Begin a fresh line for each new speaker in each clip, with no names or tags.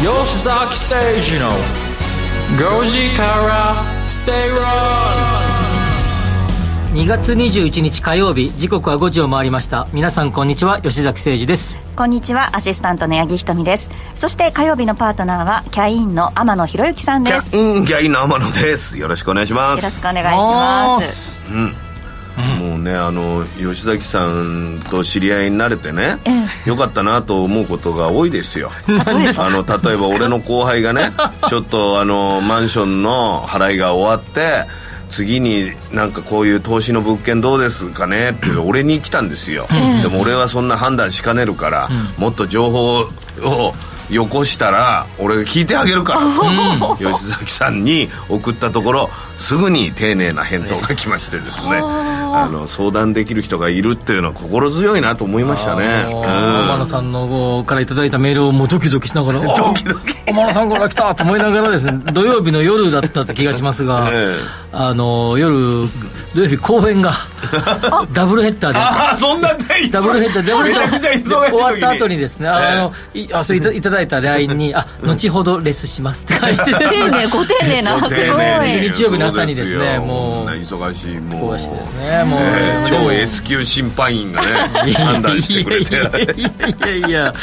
吉崎誠二の5時から正論
2月21日火曜日時刻は5時を回りました皆さんこんにちは吉崎誠二です
こんにちはアシスタントの八木ひとみですそして火曜日のパートナーはキャインの天野博之さんで
キ
すよ
ャインギャインの天野ですよろしくお願いしま
ろし
す
くお願いします
もうねあの吉崎さんと知り合いになれてね、よかったなと思うことが多いですよあの例えば俺の後輩が ねちょっとあのマンションの払いが終わって次になんかこういう投資の物件どうですかねって俺に来たんですよ、でも俺はそんな判断しかねるから、もっと情報をよこしたら俺が聞いてあげるから、吉崎さんに送ったところすぐに丁寧な返答が来ましてですね、あの相談できる人がいるっていうのは心強いなと思いましたねうん
天野さんの方からいただいたメールをもうドキドキしな がらドキドキ天野さんから来たと思いながらですね土曜日の夜だったって気がしますが、
ええ
あの夜土曜日公 演がダブルヘッダーで
ああそんな大
ダブルヘッダー、ダブルヘッダー、終わった後にですね、あ
ええ
の、いあ、それ いたいただいた LINE に、あ、後ほどレスしますって返してです
丁
ね
寧、ご丁寧なすごい
日曜日の朝にですねもう
忙しいもう
忙しいですね、もう。
ええ
でも
超 S 級審判員がね判断してくれて
いやいやいやいや、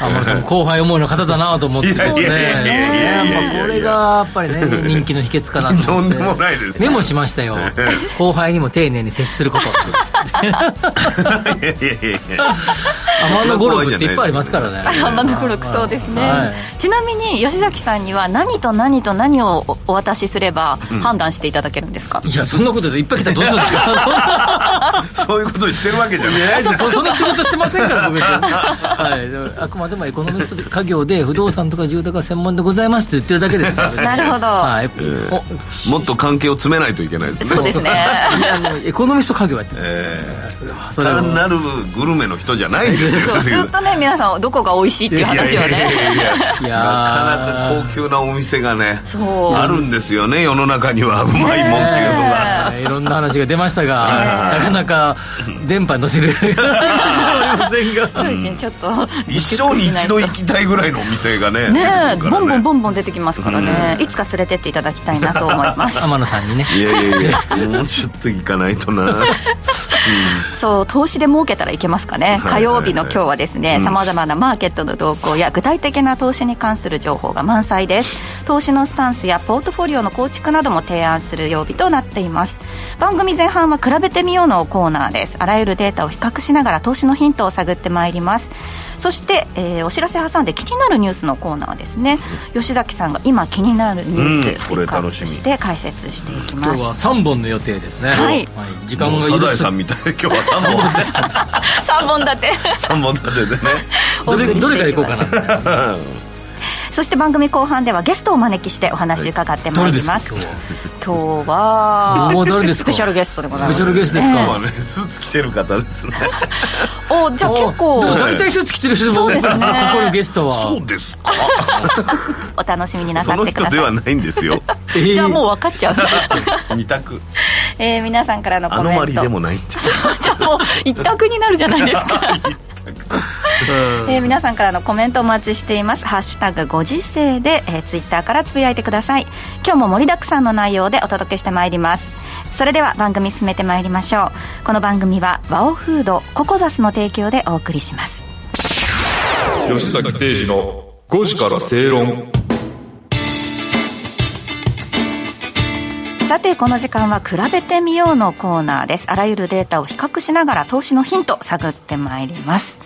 天野さんも後輩思いの方だなと思ってです
いや
ね。
いやいやいやいやいやいや
まあこれがやっぱりね、人気の秘訣かなと
と
思
ん
っ
で
て。
もないです
メモしましたよ。後輩にも丁寧に接すること。
いやいやいや
天野語録っていっぱいありますからね。
天野コロクそうですね、
は
ちなみに吉崎さんには何と何と何をおお渡しすれば判断していただけるんですか、
いや、そんなことでいっぱい来たらどうするんですかそんな
そういうことしてるわけじゃない
いやそそんな仕事してませんから僕はいでもあくまでもエコノミストで家業で不動産とか住宅は専門でございますって言ってるだけですからね
なるほど
はい、お
もっと関係を詰めないといけないですね
そうです ね
いやあのエコノミスト家業やってる
え
そ
え
れは
単なるグルメの人じゃないんですよ
そうずっとね皆さんどこが美味しいっていう話を
いやい
ね
やいやいや
い
な
やー
かなか高級なお店がね
そう
あるんですよね世の中にはうまいもんっていうのが。
えーいろんな話が出ましたが、なかなか電波に乗せる
そうですねちょっと
一生に一度行きたいぐらいのお店がね
ね
出てくる
ボ
から
ンボンボンボン出てきますからね、いつか連れてっていただきたいなと思います
天野さんにね
いやいやいやもうちょっと行かないとな
そう投資で儲けたらいけますかね火
いはい
曜日の今日はですねさまざまなマーケットの動向や具体的な投資に関する情報が満載です投資のスタンスやポートフォリオの構築なども提案する曜日となっています番組前半は比べてみようのコーナーですあらゆるデータを比較しながら投資のヒントを探ってまいりますそして、えーお知らせ挟んで気になるニュースのコーナーですね吉崎さんが今気になるニュース、
うんこれ楽しみ
ピックアップして解説していきま
今日
す
は3本の予定ですね、
はい
時間
もう
が
サ
許
ザエ
す
さんみたいで今日は三本です
3本立て
三本立てでね
どれどれからいこうかな
そして番組後半ではゲストをお招きしてお話伺ってまいります。
どれで
今日は
おー誰です
スペ
か
シャルゲストでござい
ス
ます。
ペシャルゲストです
今日
か、
はねスーツ着てる方ですね
おーじゃあ結構
おでも大体スーツ着てる人も多いですね
そうですね
ここのゲストは
そうですか
お楽しみにな
そ
さっ
の
てく
人
だ
で
さ。
はいないんですよ
えー
じゃあもう分かっちゃう。
二択
えー、皆さんからの
ア
コ
ノマ
メン
リ
ト。
でもないんです
じゃあもう一択になるじゃないですか。えー皆さんからのコメントお待ちしています。ハッシュタグご時世で、えー、ツイッターからつぶやいてください。今日も盛りだくさんの内容でお届けしてまいります。それでは番組進めてまいりましょう。この番組はワオフードココザスの提供でお送りします。
吉崎誠二の5時から正論
さてこの時間は「比べてみよう」のコーナーですあらゆるデータを比較しながら投資のヒント探ってまいります、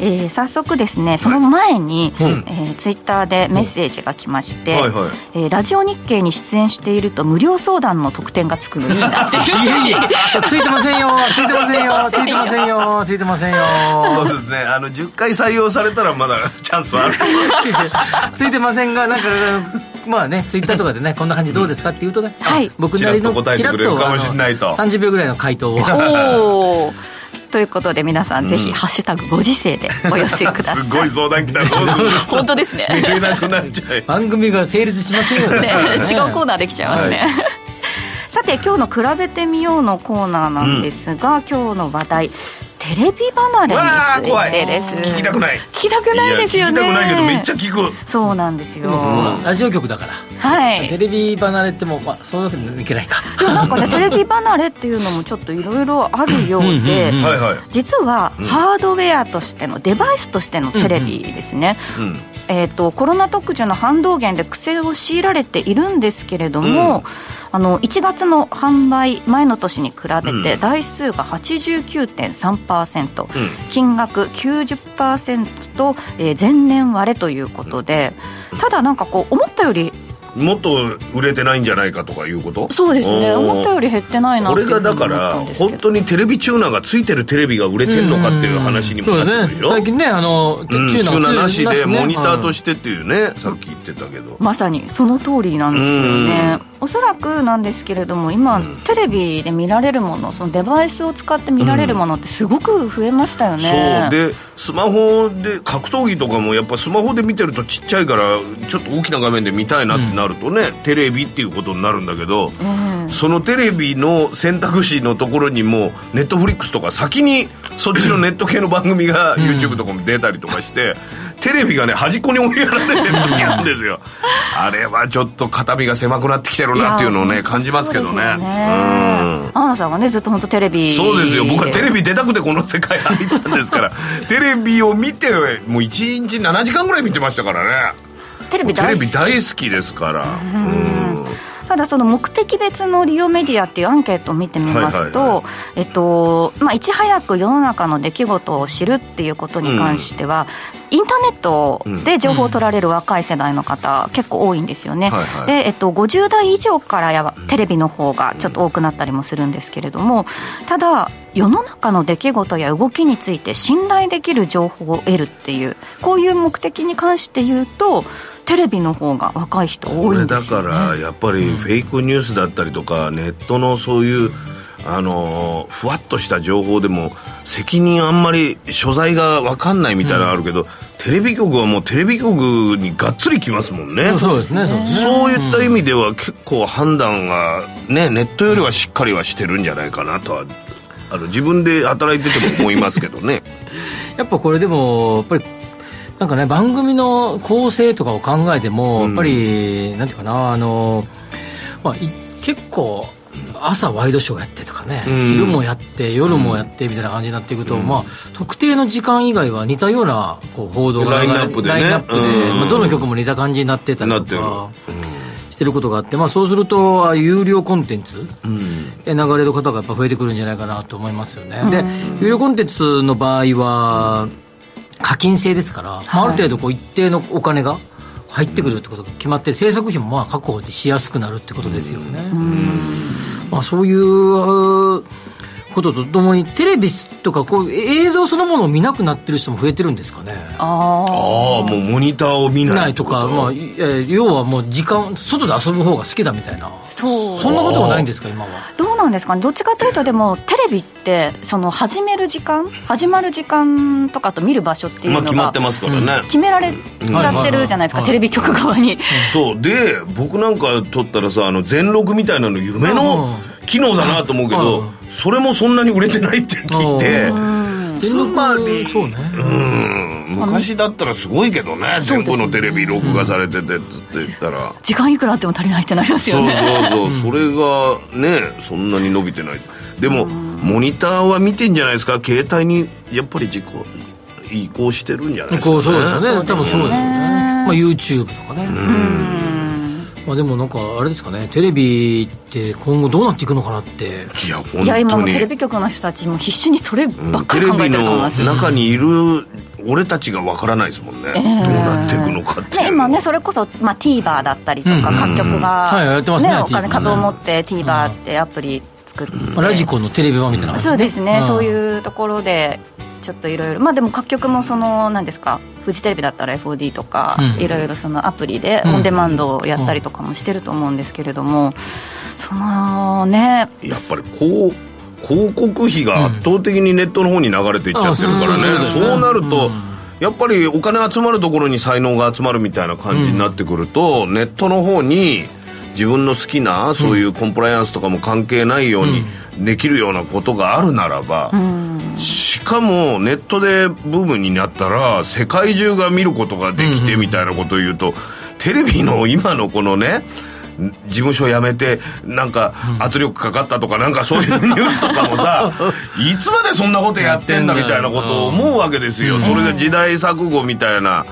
えー早速ですねその前に、えーツイッターでメッセージが来まして、
はいはい
えーラジオ日経に出演していると無料相談の特典がつくのいいなっ て
いやいやついてませんよついてませんよついてませんよついてませんよ
そうですねあの十回採用されたらまだチャンスはある
ついてませんがなんかまあねツイッターとかでねこんな感じどうですかって言うとね、
はい
僕なり
ちら
の
っと答え
ち
て
らっ
くれる
と
かもしれないと
あの30秒ぐらいの 回答を
おーということで皆さんぜひ「ハッシュタグご時世」でお寄せくださ
す
い、
ごい相談来たらどうする
本当ですね
言えなくなっちゃう
番組が成立しませんよ
ね、違うコーナーできちゃいますね、
は
さて今日の「比べてみよう」のコーナーなんですが、今日の話題テレビ離れに
わあ
つ
怖
い
い
てです
聞きたくない
聞きたくないですよね
や聞きたくないけどめっちゃ聞く
そうなんですよ、
ラジオ局だから
はい
テレビ離れっても、まあ、そういうわけにはいけないか
でもなんかねテレビ離れっていうのもちょっといろいろあるようで
うんうんうん
はいはい
実はハードウェアとしてのデバイスとしてのテレビですね、
うん
えー、とコロナ特需の反動減で苦戦を強いられているんですけれども、あの1月の販売前の年に比べて台数が89.3%、金額90%と、えー前年割れということでただなんかこう思ったより
もっと売れてないんじゃないかとかいうこと
そうですね
おー
思ったより減ってないな
こ
ってい
れ
うふう
が
に思っ
だから
たんですけど
本当にテレビチューナーがついてるテレビが売れてんのかっていう話にも
そう
な
で
ってく
すね
るよ
最近ねあの
うんチューナーなしでモニターと
して
してっていうねさっき言ってたけど
まさにその通りなんですよねおそらくなんですけれども今、テレビで見られるものそのデバイスを使って見られるものってすごく増えましたよ
そう
ね、
でスマホで格闘技とかもやっぱスマホで見てるとちっちゃいからちょっと大きな画面で見たいなってなるとね、テレビっていうことになるんだけど、そのテレビの選択肢のところにもネットフリックスとか先にそっちのネット系の番組が YouTube とかも出たりとかして、テレビがね端っこに追いやられてる時あるんですよあれはちょっと肩身が狭くなってきてるなっていうのを
い
ね
や
感じますけど
そう
ね
ですよ
うん
天野さんはねずっと本当テレビ
そうですよ僕はテレビ出たくてこの世界入ったんですからテレビを見てもう1日7時間ぐらい見てましたからね
テレビ
テ
大
レ
好
ビ
き
大好きですからうん
ただその目的別の利用メディアっていうアンケートを見てみますと、
はいはいは
えっとまあ、いち早く世の中の出来事を知るっていうことに関しては、インターネットで情報を取られる若い世代の方、結構多いんですよね、
はいはい
でえっと、50代以上からやテレビの方がちょっと多くなったりもするんですけれどもただ世の中の出来事や動きについて信頼できる情報を得るっていうこういう目的に関して言うとテレビの方が若い人
こ
多い
れ
んで
だ
すよ、
か
ね、
らやっぱりフェイクニュースだったりとかネットのそういうあのーふわっとした情報でも責任あんまり所在が分かんないみたいなのあるけど、テレビ局はもうテレビ局にがっつり来ますもんね
そうですねそうですね
そういった意味では結構判断が、ね、ネットよりはしっかりはしてるんじゃないかなとはあの自分で働いてても思いますけどね
やっぱこれでもやっぱりなんかね番組の構成とかを考えて
う
も、
ん
やっぱりなんていうかなあの、まあ、い結構朝ワイドショーやってとかね、
うん
昼もやって夜もやってみたいな感じになっていくと、まあ、特定の時間以外は似たようなこう報道が流れ
ラインナップでね
ラインナップで
うん
まあ、どの曲も似た感じになってたりと
な
かしてることがあって、まあ、そうするとああ有料コンテンツ、流れる方がやっぱ増えてくるんじゃないかなと思いますよね。で、有料コンテンツの場合は、課金制ですから、まあある程度こう一定のお金が入ってくるってことが決まって、制作費もまあ確保しやすくなるってことですよね。まあそういううーこととともに、テレビとかこう映像そのものを見なくなってる人も増えてるんですかね。
あー
ああもうモニターを見
見
な
ないいとか、まあ、えー要はもう時間、外で遊ぶ方が好きだみたいな。
そう
そんなこともないんですか、今は。
どうなんですかねどっちかというとでもテレビってその始める時間始まる時間とかあと見る場所っていう
まあ
の
決ま
が
ってますからね、
決められちゃってるじゃないです
う
か
ん
テレビ局側に
そうで僕なんか撮ったらさあの全録みたいなの夢の機能だなと思うけ
う
ど
ん
それもそんなに売れてないって聞いてつまり
そうね。
うん昔だったらすごいけどね全部のテレビ録画されててって言ったら。
時間いくらあっても足りないってなりますよ
そう
ね
そうそうそれがねそんなに伸びてないでもモニターは見てんじゃないですか携帯にやっぱり自己移行してるんじゃないですか、
こ
ね、
うそうですよね多分そうですよね、まあ、YouTube とかね、まあ、でもなんかあれですかねテレビって今後どうなっていくのかなって
い
いや
や
本
今
当
もう
に
テレビ局の人たちも必死にそればっか
テ
り
レ
考え
ビ
てると思い
の
ますよ、
中にいる俺たちがわからないですもんね、どうなっていくのかっていうの
ね、今ねそれこそ、まあ、TVer だったりとか、
うん
各局
はいやって
が、
ますね
お
TVer ね
金株を持って TVer ってアプリ作って、
まあラジコンのテレビ版みたいな、
そうですね、
ん
そういうところでちょっといろいろまあでも各局もその何ですかフジテレビだったら FOD とか
うん
いろいろそのアプリで
うん
オンデマンドをやったりとかもしてると思うんですけれども、そのね
やっぱりこう広告費が圧倒的にネットの方に流れていっちゃってるからね、
うんあそうそうそう
そうなると、
うん
やっぱりお金集まるところに才能が集まるみたいな感じになってくると、ネットの方に自分の好きなそういうコンプライアンスとかも関係ないようにできるようなことがあるならば、しかもネットでブームになったら世界中が見ることができてみたいなことを言うと、テレビの今のこのね事務所辞めてなんか圧力かかったとかなんかそういうニュースとかもさいつまでそんなことやってんだみたいなことを思うわけですよそれが時代錯誤みたいな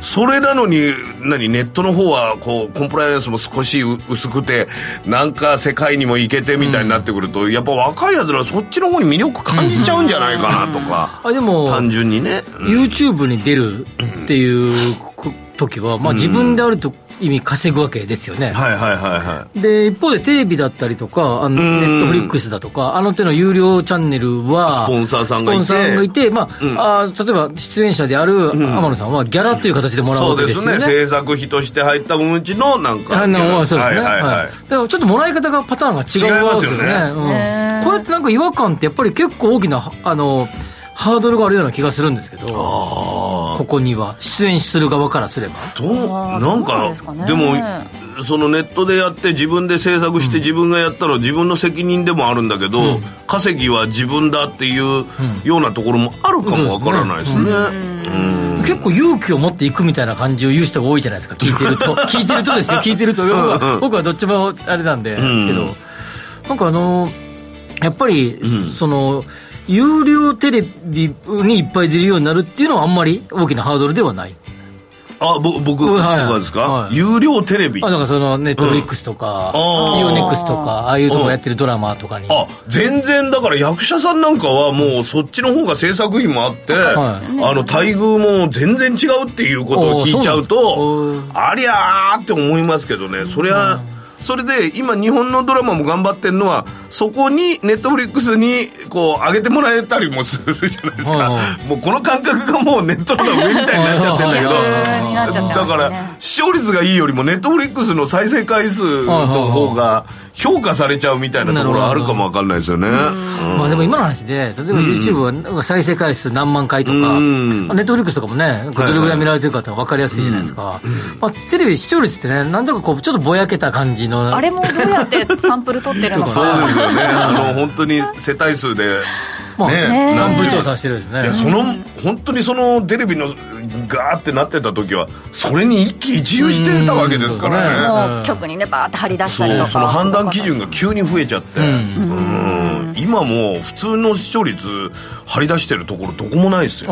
それなのに何ネットの方はこうコンプライアンスも少し薄くてなんか世界にも行けてみたいになってくるとやっぱ若いやつらそっちの方に魅力感じちゃうんじゃないかなとか
あでも
単純にねうん
YouTube に出るっていうこ時は、まあ、自分であると意味稼ぐわけですよね、
はいはいはいはい
で一方でテレビだったりとかあの
ん
ネットフリックスだとかあの手の有料チャンネル
ス
は
ポンサーさんがいて
スポンサーがいてまあ、
うん
あー例えば出演者である天野さんはギャラという形でもらう
そ
わ
う
け
で
ですす
ね
よね
制作費として入った分うちのなんか
あのそうです
はい
ね、
はいは
はいいだからちょっともらい方がパターンが違うわけですね
違います
うんこれってなんか違和感ってやっぱり結構大きなあのハードルがあるような気がするんですけどここには出演する側からすれば
どう
あー
なん
どうなん
か
ですかね
でもそのネットでやって自分で制作して自分がやったら自分の責任でもあるんだけど、稼ぎは自分だっていうようなところもあるかもわからないですね、うん
結構勇気を持っていくみたいな感じを言う人が多いじゃないですか聞いて ると聞いてるとですよ聞いてると僕は僕はどっちもあれなんで
ん
ですけど、なんかあのやっぱり、その有料テレビにいっぱい出るようになるっていうのはあんまり大きなハードルではない
あぼ僕、
うんはい
僕はですか、
はい
有料テレビ
あなんかそのネットフリックスとか、
うんあー
ユーネクスとかああいうとこやってるドラマとかに
あ全然だから役者さんなんかはもうそっちの方が制作費もあって、
は
あの待遇も全然違うっていうことを聞いちゃう
おーそう
と
なんです
ありゃーって思いますけどねそりゃそれで今日本のドラマも頑張ってるのはそこにネットフリックスにこう上げてもらえたりもするじゃないですか
は
もうこの感覚がもうネットの上みたいになっちゃってんだけど
はいはいはい
逆になっちゃってますね
だから視聴率がいいよりもネットフリックスの再生回数の方が評価されちゃうみたいなところはあるかもわかんないですよね。
まあでも今の話で例えば YouTube はなんか再生回数何万回とか、
うん
ネットフリックスとかもねなんかどれぐらい見られてるかって分かりやすいじゃないですか、まあ、テレビ視聴率ってねなんとかこうちょっとぼやけた感じの
あれもどうやってサンプル取ってるの
そ
か
うですよね。あの本当に世帯数で。
まあ
ね
サンプル調査してるんですね
いやその本当にそのテレビのガーってなってた時はそれに一喜一憂してたわけですか
うん
らね。
もう局にねバーって張り出したりと
そう
か
その判断基準が急に増えちゃって、うん今もう普通の視聴率張り出してるところどこもないですよ。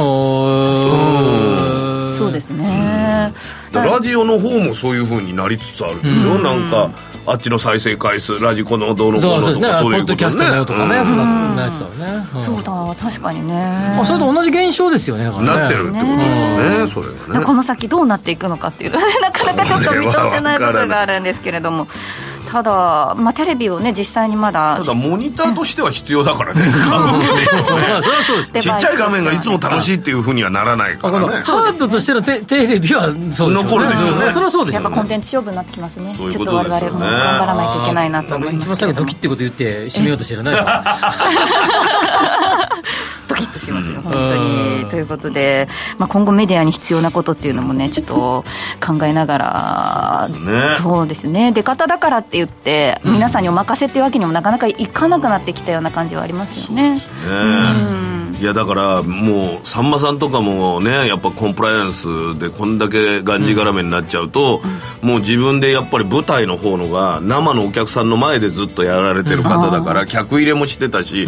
お
そうですすね、だから
ラジオの方もそういう風になりつつあるでしょ。なんかあっちの再生回数ラジコのどうのこ
そうう
の
そうです
と
ね
かそう
ポ
いう
ッ
こ
ド
と
キャ
です
スト
ね
のとかね、そうなやつだよね、うん
そうだ確かにね
まあ、それと同じ現象ですよねだからね
なってるってことですよね。それ
だ
が
から
ね。
この先どうなっていくのかっていう なかなかちょっと見通せない部分があるんですけれどもただ、まあ、テレビをね実際にまだ
ただモニターとしては必要だからね。買うっていうのはね
まあそれはそうです
デ
ち
バ
っ
イス
ちゃい画面がいつも楽しいっていうふうにはならないか
あこ
ら
の
ね。
ハードとしてのテテレビはそうです
残
よね
るでしょうね
それはそうです
や
よ
っ
ね
ぱコンテンツ勝負になってきますね
そういう
ちょ
こ
っと
と
我
ですよね
々も頑張らないといけないなと思い
一
ま
番
す
最
け
後
ど
ド
も
キってこと言って締めようとしてるね
ドキッとしますよ本当にということで、まあ、今後メディアに必要なことっていうのもねちょっと考えながら
そうですね
そうですね出方だからって言って皆さんにお任せっていうわけにもなかなかいかなくなってきたような感じはありますよね
ねいやだからもうさんまさんとかもねやっぱコンプライアンスでこんだけがんじがらめになっちゃうと、もう自分でやっぱり舞台の方のが生のお客さんの前でずっとやられてる方だから客入れもしてたし、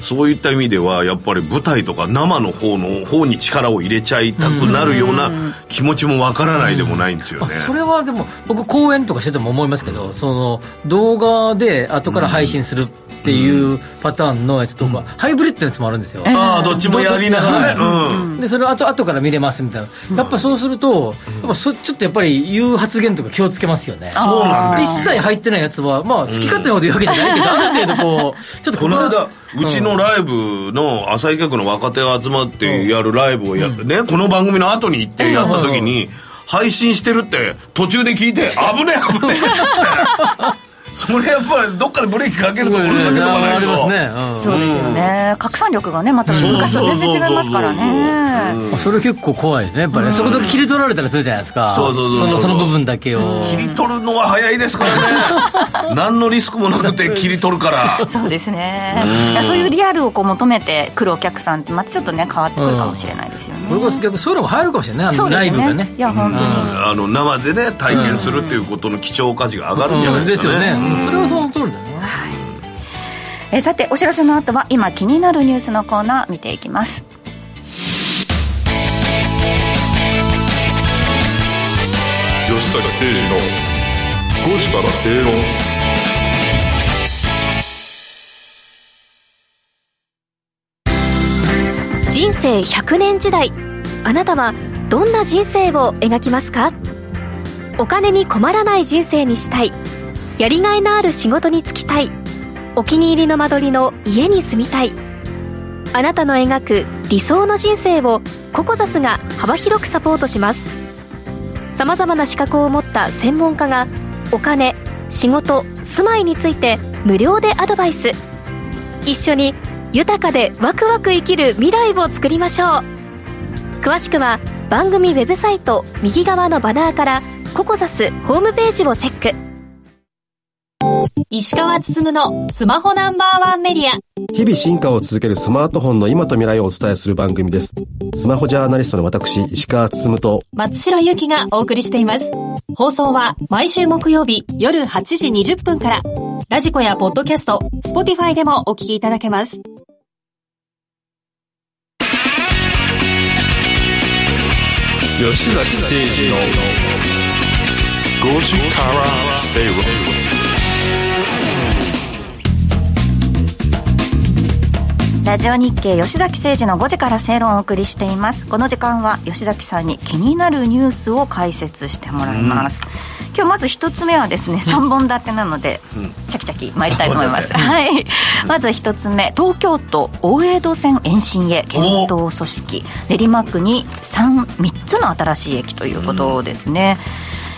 そういった意味ではやっぱり舞台とか生の方の方に力を入れちゃいたくなるような気持ちもわからないでもないんですよ
まあ
ね。
それはでも僕講演とかしてても思いますけどその動画で後から配信するっていうパターンのやつとか、ハイブリッドのやつもあるんですよ、
ああどっちもやりながらね。
どっちも
うん
でそれ後後から見れますみたいなやっぱそうすると、やっぱそちょっとやっぱり言う発言とか気をつけますよね
そうなんです
一切入ってないやつは、まあ、好き勝手なこと言うわけじゃない けど、ある程度こう、ちょっと
この間、
ん
うちのライブの浅井客の若手が集まってやるライブをやって、ね、この番組の後に行ってやった時に、配信してるって途中で聞いて、危ねえ危ねえっつって。それやっぱりどっかでブレーキかけるところだけとかないと
ありますね、
そうですよね拡散力がねまた
そう
昔と全然違いますから
そうそうそう
ね
うんそれ結構怖いですねやっぱり、ねそこだけ切り取られたりするじゃないですか
そうそうそうそう
のその部分だけを、
切り取るのは早いですから ね何のリスクもなくて切り取るから
そうですねいやそういうリアルをこう求めて来るお客さんってまたちょっとね変わってくるかもしれないですよね、
これこそ逆にそういうのが入るかもしれないあ
そ
の
うで
ライブ
す
が
ね
ね
いや本当に、
あの生でね体験するっていうことの貴重価値が上がるんじゃな
う
い
ん
で
ですす
か
よ
ね
ね、うんそれはその通りだね
えーさてお知らせの後は今気になるニュースのコーナー見ていきます
吉崎誠二の5時から正論
人生100年時代あなたはどんな人生を描きますかお金に困らない人生にしたいやりがいのある仕事に就きたいお気に入りの間取りの家に住みたいあなたの描く理想の人生をココザスが幅広くサポートしますさまざまな資格を持った専門家がお金仕事住まいについて無料でアドバイス一緒に豊かでワクワク生きる未来を作りましょう詳しくは番組ウェブサイト右側のバナーからココザスホームページをチェック
石川つつむのスマホナンバーワンメディア
日々進化を続けるスマートフォンの今と未来をお伝えする番組です。スマホジャーナリストの私、石川つつむと、
松代ゆきがお送りしています放送は毎週木曜日夜8時20分からラジコやポッドキャスト Spotify でもお聞きいただけます
吉崎誠二の5時から正論
ラジオ日経吉崎誠二の5時から正論をお送りしていますこの時間は吉崎さんに気になるニュースを解説してもらいます、今日まず一つ目はですね3本立てなので、チャキチャキ参りたいと思います、はい、まず一つ目東京都大江戸線延伸へ検討組織練馬区に 3, 3つの新しい駅ということですね、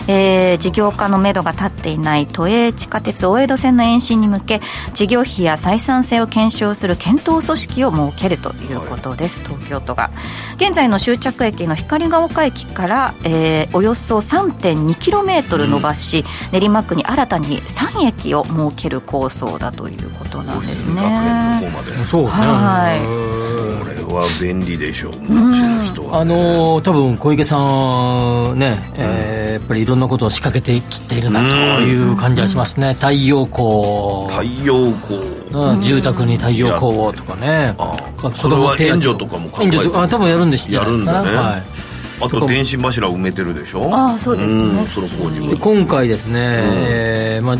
えー事業化のめどが立っていない都営地下鉄大江戸線の延伸に向け事業費や採算性を検証する検討組織を設けるということです、東京都が現在の終着駅の光が丘駅から、えーおよそ 3.2km 伸ばし、練馬区に新たに3駅を設ける構想だということなんで
大
す
泉学園の
ね
方まで
そうね
はい
これは便利でしょう街の人は
あのー多分小池さんね、えーやっぱりいろんなことを仕掛けてきているなという感じはしますね、太陽
太
光、
陽光
うん住宅に太陽光をとかね
ああ
子供手当
それは援助とかも考え
援
てる
助とかあ多分やるんです
やるんだね
はい
あと電信柱埋めてるでしょあ
あそうですね
その工事
で今回ですね、えーまあ、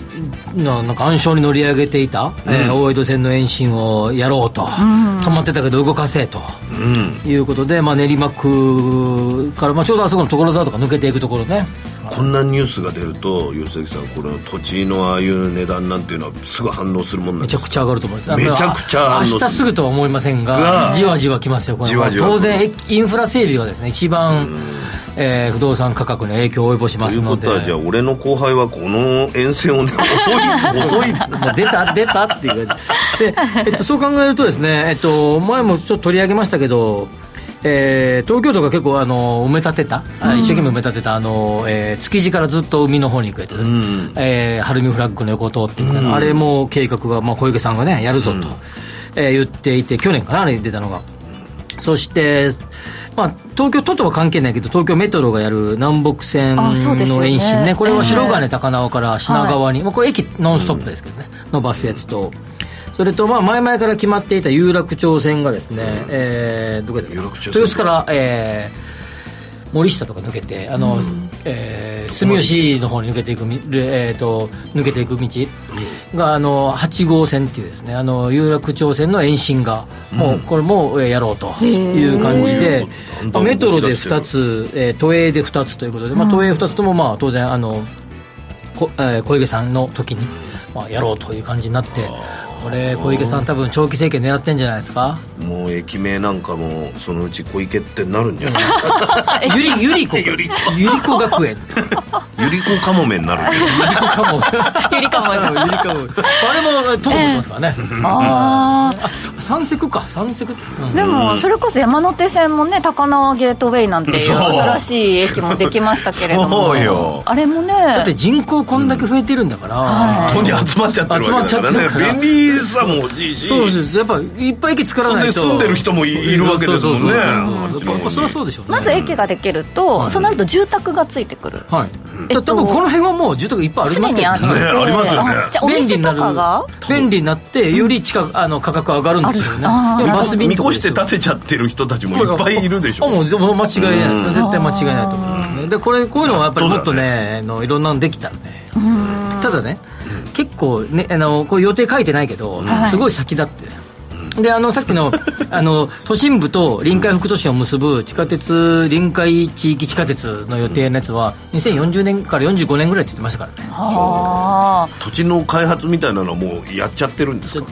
ななんか暗礁に乗り上げていた、えー大江戸線の延伸をやろうと、止まってたけど動かせと。
うん
いうことで、まあ、練馬区から、まあ、ちょうどあそこの所沢とか抜けていくところね
こんなニュースが出ると吉崎さんこの土地のああいう値段なんていうのはすぐ反応するもんなん
めち
で
ゃ
す
く
か
ちゃ上がると思います
めちゃくちゃ
明日すぐとは思いません
が
がじわじわきますよこれは
じわじわ
当然えインフラ整備がですね一番、えー不動産価格に影響を及ぼしま
とい
す
う
の
こ
で
とはじゃあ俺の後輩はこの沿線をね遅い 遅い
もう出た出たっていう感じ で、えっと、そう考えるとですね、えっと、前もちょっと取り上げましたけど、えー東京都が結構あの埋め立てた、あ一生懸命埋め立てたあの、えー築地からずっと海の方に行くやつ、えー晴海フラッグの横を通ってみたいな、あれも計画が、まあ、小池さんがねやるぞと、えー言っていて去年かなあれ出たのが。そして、まあ、東京都とは関係ないけど東京メトロがやる南北線の
あそうですよね
延伸ねこれは白
ええ
金ね高輪から品川に、まあ、これ駅ノンストップですけどね、伸ばすやつとそれとまあ前々から決まっていた有楽町線がですね、えーどこだっけ
有楽町線
豊洲から、えー森下とか抜けてあの、えー住吉の方に抜けていくみ、えー、と抜けていく道があの8号線っていうですねあの有楽町線の延伸がもうこれもえーやろうという感じで、
へー
メトロで2つ、えー都営で2つということで、まあ、都営2つともまあ当然あのこ、えー小池さんの時に、まあ、やろうという感じになって、これ、小池さん、多分長期政権狙ってんじゃないですか、
もう駅名なんかもそのうち小池ってなるんじゃない
ゆりゆり子
ゆり子
ゆり子学園
ゆりこかもめにな る
ゆりこか も。
ゆりかもめ
ゆりかもめ。あれも、トンってますからね。
ああ
三石か、三石。うん
でもそれこそ山手線もね高輪ゲートウェイなんていう
そう
新しい駅もできましたけれども
そうよ
あれもね
だって人口こんだけ増えてるんだから。
とに集まっちゃってるわけだか
集まっちゃってるからら
ね便利さも欲しいし
そうですやっぱいっぱい駅作らないと
そんで住んでる人もいいるわけですもんね
そうそうそうそう
あっちの方に
やっぱそりゃそうでしょうね
まず駅ができると、そうなると住宅がついてくる
はい
えっと
多分この辺はもう住宅いっぱいあり
す
ま
ですに
けど
あって、
ねありますよね
あじゃあお店とかが
便利になってより近くあの価格上がるんですよね
ある
で
見
もバ
越
ス
し
便
見
とか
越して建てちゃってる人たちもいっぱいいるでし
あも
ょ
うもう間違いないですよ絶対間違いないと思いますねでこれこういうのはやっぱりもっとねあのいろんなのできたらねただね結構ねあのこう予定書いてないけど
はい
すごい先だってであのさっきの あの都心部と臨海副都心を結ぶ地下鉄臨海地域地下鉄の予定のやつは2040年から45年ぐらいって言ってましたからね
あ
土地の開発みたいなのはもうやっちゃってるんですか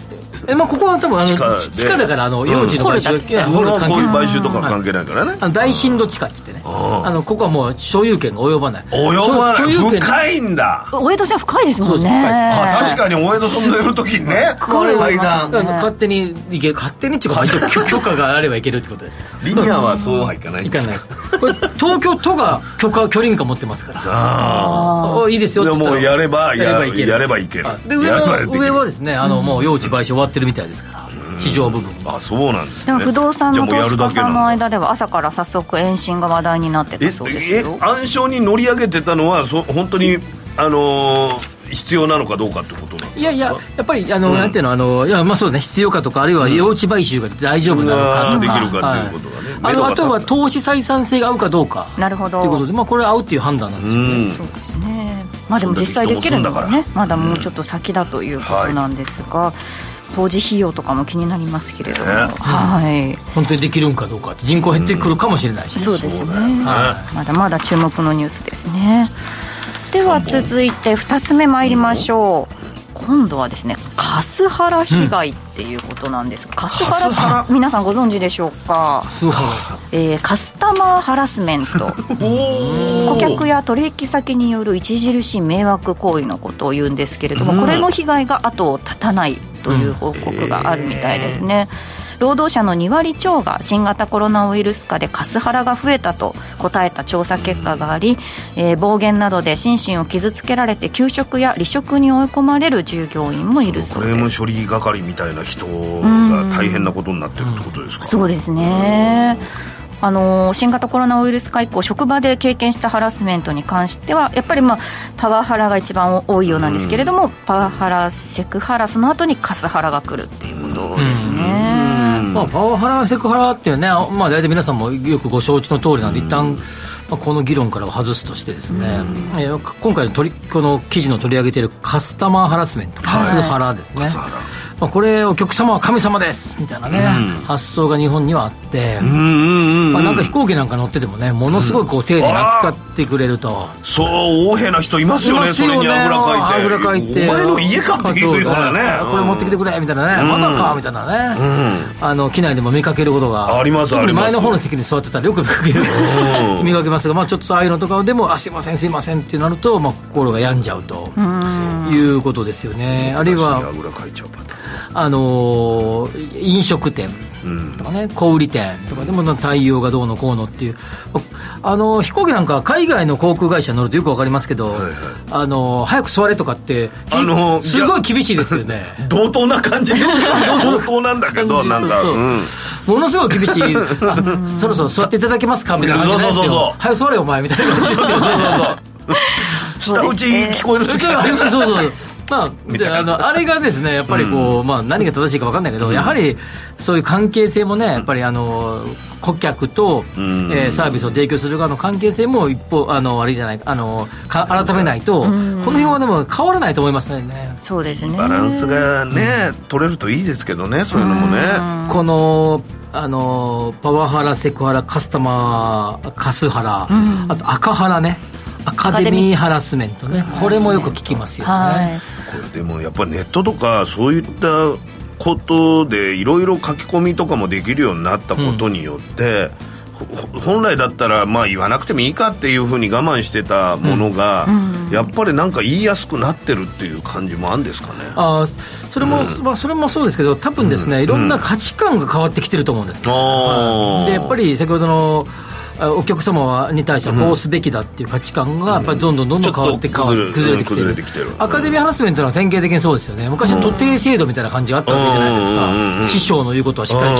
えまあここは多分あの
地
地
下
下
で
だからあの
うん
用地の買収
掘るだけ
いや掘る
こ
関
うい
係
う
ない
買収とか関係ないからね
あの大震度地下って言ってね
あ
あのここはもう所有権が及ばない
及ば
所
ない
所有権
深いんだ
あ大江戸線深いですもんね
そうです深い
あ確かに大江戸住んでる時にね
これ
階
あの
段
勝手に行け勝手にっていうかまあ一応許許 可があればいけるってことです
リニアはそうはいかないん
行
で
か
す
ない
か
ですこれ東京都が許可許林可持ってますから
あ
あいいですよって言ったら
でもやればや
いける
やればいける
あで上
やればで
は
きる
上はですねあのもう用地買収終わってるみたいですから地上部分
ーあそうなんです
で
ね
も不動産の
じゃあも
投
うや
資
るだ
家
けな
さん
だ
の間では朝から早速延伸が話題になってたそうです
ええ
よ
暗礁に乗り上げてたのはそ本当にあのー必要なのかどうかってことなの
いやいや、やっぱり、あの、なんていうの、あの、いや、まあ、そうね、必要かとか、あるいは用地買収が大丈夫なのかとか。
できるかっていうことがね目
はいあ
処
の、
が
あ
立った
とは投資採算性が合うかどうか。
なるほど
ということで、まあ、これ合うっていう判断なんです
う
よ。
ん
そうですねまあでも実際できるのは
そんだけ人も住ん
ねまだもうちょっと先だということなんですが工事費用とかも気になりますけれども
ね
はい
本当にできるんかどうかって、人口減ってくるかもしれないしね。
そうですね
は
まだまだ注目のニュースですねでは続いて2つ目参りましょう今度はですねカスハラ被害っていうことなんですが、カスハラって皆さんご存知でしょうか
そうか。
えーカスタマーハラスメ ント顧客や取引先による著しい迷惑行為のことを言うんですけれども、これの被害が後を絶たないという報告があるみたいですね、労働者の2割超が新型コロナウイルス禍でカスハラが増えたと答えた調査結果があり、えー暴言などで心身を傷つけられて休職や離職に追い込まれる従業員もいる
ク
そう
レー
で
ム
す
処理係みたいな人が大変なことになってるってことですか、
そうですね。あの新型コロナウイルス化以降職場で経験したハラスメントに関してはやっぱり、まあ、パワハラが一番多いようなんですけれども、パワハラセクハラその後にカスハラが来るっていうことですね、
まあ、パワハラ、セクハラっていうね、あまあ、大体皆さんもよくご承知の通りなんで、一旦、まあ、この議論からは外すとしてですね、えーか今回の取りこの記事の取り上げているカスタマーハラスメント、カスハラですね、
ハラ
まあ、これ、お客様は神様ですみたいなね、発想が日本にはあって、
うんうんうん
まあ、なんか飛行機なんか乗っててもね、ものすごいこう丁寧に扱ってくれると。
そう横柄な人いますよねそれにあぐらかいて
あぐらかいて
お前の家かっていうようなね
そうこれ持ってきてくれみたいなね、
うん
まだかみたいなね、あの機内でも見かけることが
あります
特
あり
に
ます
前の方の席に座ってたらよく見かける
うん
見かけますが、まあ、ちょっとああいうのとかでも「あすいませんすいません」ってなると、まあ、心が病んじゃうということですよねあるい
足に
は
あぐらかいちゃうパタ
あのー飲食店とかね、小売店とかでも対応がどうのこうのっていう、あのー飛行機なんか海外の航空会社乗るとよくわかりますけど、あのー早く座れとかって、
あのー
すごい厳しいですよね。
ーン同等な感じですよね同等なんだけどなんか
そうそう
うん
ものすごい厳 しい、あそろそろ座っていただけますかみたいな感じなんで
そう
すよ。
そうそうそう
早く座れよ、お前みたいな感じですよね。
舌打ち聞こえる
そう
時
そう
ある
そうまあ、であのあれがですねやっぱりこう、まあ、何が正しいか分かんないけど、やはりそういう関係性もねやっぱりあの顧客と、えーサービスを提供する側の関係性も一方あのあれじゃないあのか改めないと、この辺はでも変わらないと思いますね。
そうですね
バランスがね取れるといいですけどねそういうのもね
このあのパワハラセクハラカスタマーカスハラ、あと赤ハラねアカデミーハラスメントねこれもよく聞きますよね、
はい
これでもやっぱネットとかそういったことでいろいろ書き込みとかもできるようになったことによって、ほ本来だったらまあ言わなくてもいいかっていうふうに我慢してたものが、やっぱりなんか言いやすくなってるっていう感じもあるんですかね
あーそれも、まあ、それもそうですけど、多分ですね、いろんな価値観が変わってきてると思うんですね、
あー
でやっぱり先ほどのあお客様に対してはこうすべきだっていう価値観がやっぱりどんどんどんどん変わって
ち
変
ょっと
わっ
崩れ
て崩れてきて
うん崩れてきてる
るアカデミーハラスメントは典型的にそうですよね昔は徒弟制度みたいな感じがあったわけじゃないですか、
うんうんうんうん
師匠の言うことはしっかり聞く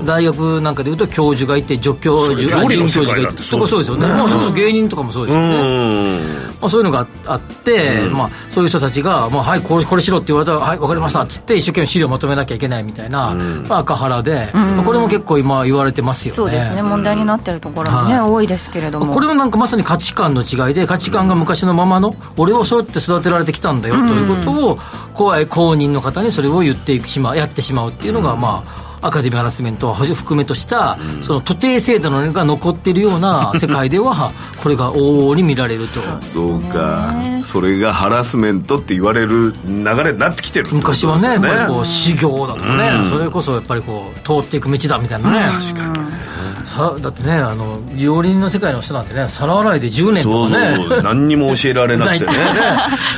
う
か大学なんかでいうと教授がいて助教
そう
授あ
料理の
准教授がい
世
て
界だ
そこ
って
そ
そうう
で
ですす
よ
よ
ね、
ね
まあ、それこそ芸人とかもそうです
う
よね、
ん
まあ、そういうのがああって、まあ、そういう人たちが、まあ、はいこれこれしろって言われたらはいわかりましたっつって一生懸命資料まとめなきゃいけないみたいな、まあ、赤原で、まあこれも結構今言われてますよね
そうですね問題になってるところもね、
はい
多いですけれども
これもなんかまさに価値観の違いで価値観が昔のままの俺はそうやって育てられてきたんだよということを怖い公認の方にそれを言っていくしまやってしまうっていうのがまあアカデミーハラスメントを含めとしたその徒弟制度のが残っているような世界では これが往々に見られると
そうかそれがハラスメントって言われる流れになってきてるってことです
昔
よ
はねやっぱりこう修行だとかね、それこそやっぱりこう通っていく道だみたいなね、さだってねあの料理人の世界の人なんてね皿洗いで10年
そ
と
う
かね
そうそう何にも教えられなくてね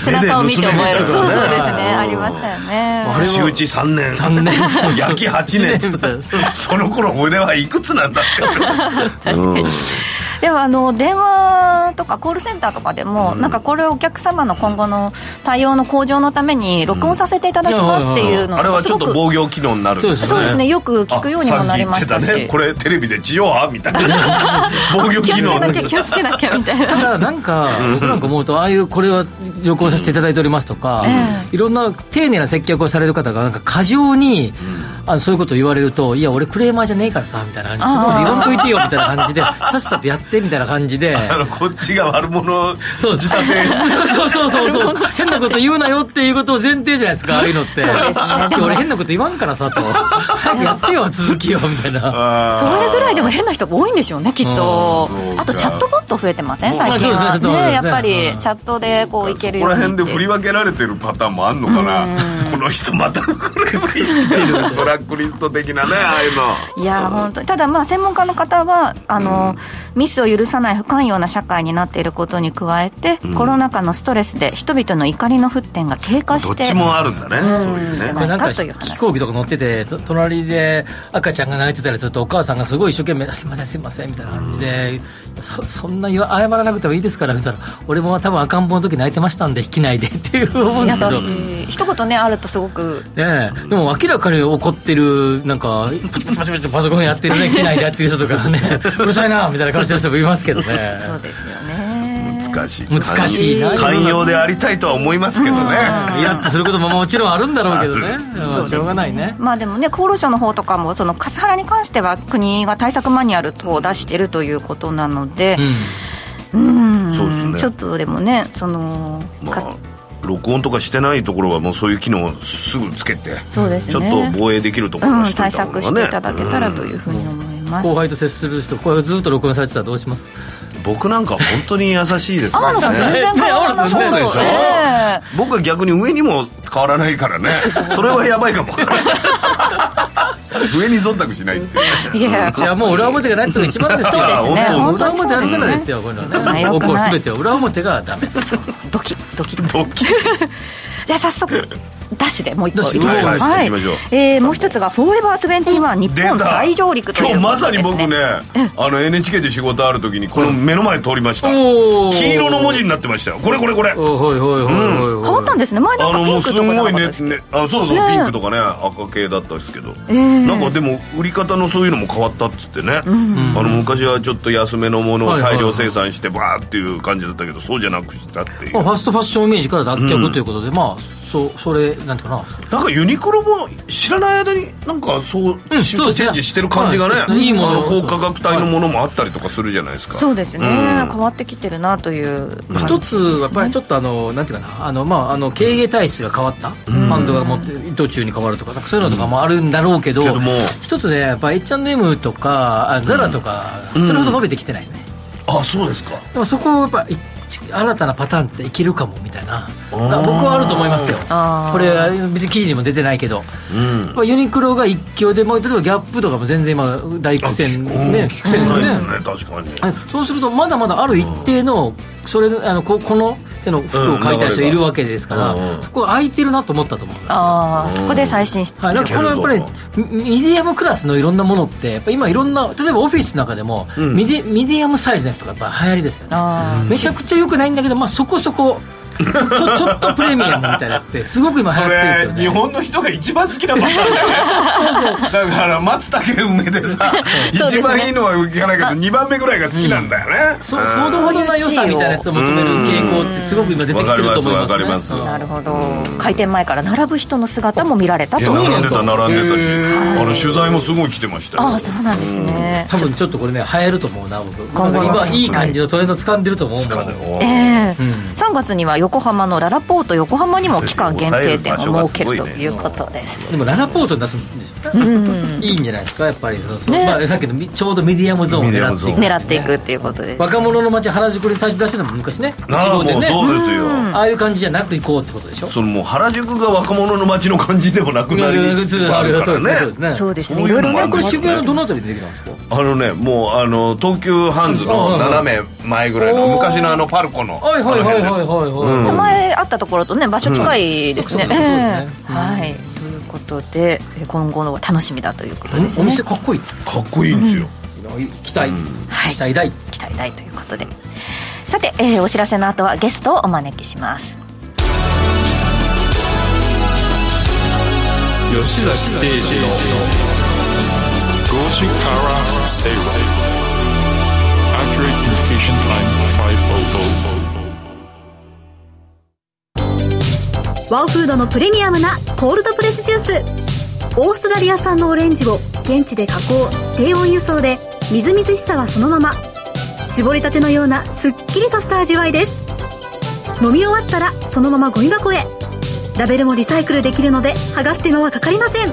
背中を見て覚える
目で
そうそう
盗
です
め
ね
るから
ありましたよね
あれは
仕打ち3年
3年
焼き8年
一年みたいなそう
その頃俺はいくつなんだってうん
ではあの電話とかコールセンターとかでも、なんかこれお客様の今後の対応の向上のために録音させていただきますっていうの
あれは
が
ち
す
ょ
ご
っ
く
と防御機能になるんですね
そうですねよく聞くようにもなりました
あ
し
さっき言ってたねこれテレビで地上波みたいな防御
気を
機
つけ
能
なきゃ気をつけなきゃみたい
た
な
だなんか僕なんか思うとああいうこれは旅行させていただいておりますとか、いろんな丁寧な接客をされる方がなんか過剰に、あのそういうことを言われるといや俺クレーマーじゃねえからさみたいな感じそこまで言わんといてよみたいな感じでさっさとやってみたいな感じで
あのこっちが悪者
そう
仕立て
そうそうそうそうそう変なこと言うなよっていうことを前提じゃないですかああいうのって、いや俺変なこと言わんから さと早くやってよ続きよみたいな
それぐらいでも変な人が多いんでしょうねきっと
うんそうか
あとチャットボット増えてません
う
最近
そうです
は
ねチャットボット
ねやっ
ね
ぱ
う
り
ん
チャットでこういける
そ
よ
こ
う
ら
に
辺で振り分けられてるパターンもあんのかなこの人またこれが言ってるブラックリスト的なねああいうの
いやー本当にただまあ専門家の方はあの、ミスを許さない不寛容な社会になっていることに加えて、コロナ禍のストレスで人々の怒りの沸点が低下
ど
し
ってちもあるんだねそういうね
これな
な
んか
んかという話
飛行機とか乗っててと隣で赤ちゃんが泣いてたりするとお母さんがすごい一生懸命「すいませんすいません」みたいな感じで「そそんな言わ謝らなくてもいいですから」みたいな「俺も多分赤ん坊の時泣いてましたんで引きないで」っていう思うんですけど。
優しい一言ねあるとすごく
ねえ、でも明らかに怒ってるなんかパチパチパチパチパソコンやってるね機内でやってる人とかねうるさいなみたいな顔してる人もいますけどね
そうですよね
難しい
難しいな
寛容でありたいとは思いますけどね
イラッとすることももちろんあるんだろうけどねまあしょうがないね
まあでもね厚労省の方とかもそのカスハラに関しては国が対策マニュアル等を出しているということなので
うん
うん
そうですね
ちょっとでもねその、
ま
か
あ録音とかしてないところはもうそういう機能をすぐつけて
そうですね
ちょっと防衛できるところ
う
は
ん
しとい
対
た方が
策
ね
していただけたらと
うん
いうふうに思います、
後輩と接する人これずっと録音されてたらどうします
僕なんか本当に優しいです
天野さん全然変わらなそう
ね
そうでしょ
ええ
僕は逆に上にも変わらないか らねそれはやばいかも上に忖度しないって いう
いや
いやもう裏表がないってのが一番です
そ
よ
うですね
本当
本当に
裏表あるからですよこういうのはね
良く
怒る
ない
全ては裏表がダメ
そうドキッドキッ
ドキ
じゃあ早速ダッシュでもう一個
ダッシュ
いきましょう
はいはい行きましょう
えーもう一つが「フォーエバー21日
出
本
た
最上陸」という
今日まさに
こと
僕
です
ねあの NHK で仕事ある時にこの目の前通りました
おー
黄色の文字になってましたよこれこれこれあ
おいおいおいおいおいおい
変わったんですね前なん
の
かピ
も
ン
う
ク
す
とかなかった
ごいね
です
ねあそうそう
ね
ピンクとかね赤系だったんですけど
え
なんかでも売り方のそういうのも変わったっつってねあの昔はちょっと安めのものを大量生産してバーっていう感じだったけどそうじゃなくしたっていう
まあファストファッションイメージから脱却ということでまあそそれなんていうかな
なんかユニクロも知らない間になんかそう,、チ
そうですね
ェンジしてる感じがね、
はいいいもの
あ高価格帯のものもあったりとかするじゃないですか、
そうですね、
うん
変わってきてるなという感じ
一つはやっぱりちょっとあのなんていうかなあの、まあ、あの経営体質が変わったファンドが持ってる途中に変わるとかなんかそういうのとかもあるんだろうけど,、
けども
一つねやっぱ H&M とかあ ZARA とか、それほど伸びてきてないね、
あそうですか
でもそこをやっぱい新たなパターンっていけるかもみたいな僕はあると思いますよこれは別に記事にも出てないけど、まあ、ユニクロが一強で、まあ、例えばギャップとかも全然今大苦戦ね苦戦ですよね、
ね確かに
あそうするとまだまだある一定のそれあのここの手の服を買いたい人いるわけですから、
うん
そこは空いてるなと思ったと思うんですよ
ああそこで最新出
はい、なんかこれはやっぱりミミディアムクラスのいろんなものってやっぱ今いろんな例えばオフィスの中でも、ミディミディアムサイズですとかやっぱ流行りですよね
あ
めちゃくちゃ良くないんだけど、まあ、そこそこちょ ちょっとプレミアムみたいなやつってすごく今流行
こ
ってるんですよ
れ
ね
日本の人が一番好きなパターンですね だから松茸梅でさ
そうですね
一番いいのは聞かないけど2番目ぐらいが好きなんだよね
そほどほどな良さみたいなやつを求める傾向ってすごく今出てきてると思います
わか
ね
りますわかります
あなるほど開店前から並ぶ人の姿も見られた
いや
と
並んでた並んでたしあの取材もすごい来てましたよ
ああそうなんですね
多分ちょっとこれね流行ると思うな僕
後の
今いい感じのトレンド掴んでると思うもん
ええ3月には横浜のララポート横浜にも期間限定店を設けるということです
でもララポートに出すんでしょ、いいんじゃないですかやっぱりそうそう、
ね
まあ、さっきのみちょうどミディアムゾーンを
ミディア
狙
ム
っ
ゾ
てい
ー
く
ン
狙っていくっていうことです
若者の街原宿に最初出してたもん昔ね
ああ
号
もうそうですよ
ああいう感じじゃなく行こうってことでしょ
そのもう原宿が若者の街の感じでもなく
い
な
や
り
い
つ
や普
つ
通
あ
あれ
る
が
か
そう
ら
ですねそう
ね
ですね
そうですね
そう
い
い
ろ
う
い
の
ろ
もあ
ね
るん
こ
だ
れ渋谷のどのあたりでできたんですか
あのねもうあの東急ハンズの斜め前ぐらいの
おー
昔のあのパルコの
はいはいはいはいはいは
前あったところとね場所近いですね
うんそうそうそうそう
ええはいということでえ今後のは楽しみだということ
い、
です
お
ね
店かっこいい
かっこいいんですよ
期待、
はい
期待大
期待大ということでさて、えーお知らせの後はゲストをお招きします
吉崎誠二の
5時から正論 Accurate Communication Line 500
ワオフードのプレミアムなコールドプレスジュースオーストラリア産のオレンジを現地で加工低温輸送でみずみずしさはそのまま絞りたてのようなすっきりとした味わいです飲み終わったらそのままゴミ箱へラベルもリサイクルできるので剥がす手間はかかりません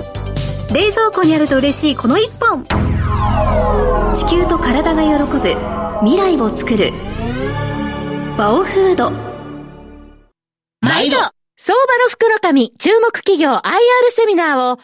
冷蔵庫にあると嬉しいこの一本
地球と体が喜ぶ未来を作るバオフード
毎度
相場の袋紙注目企業 IR セミナーを3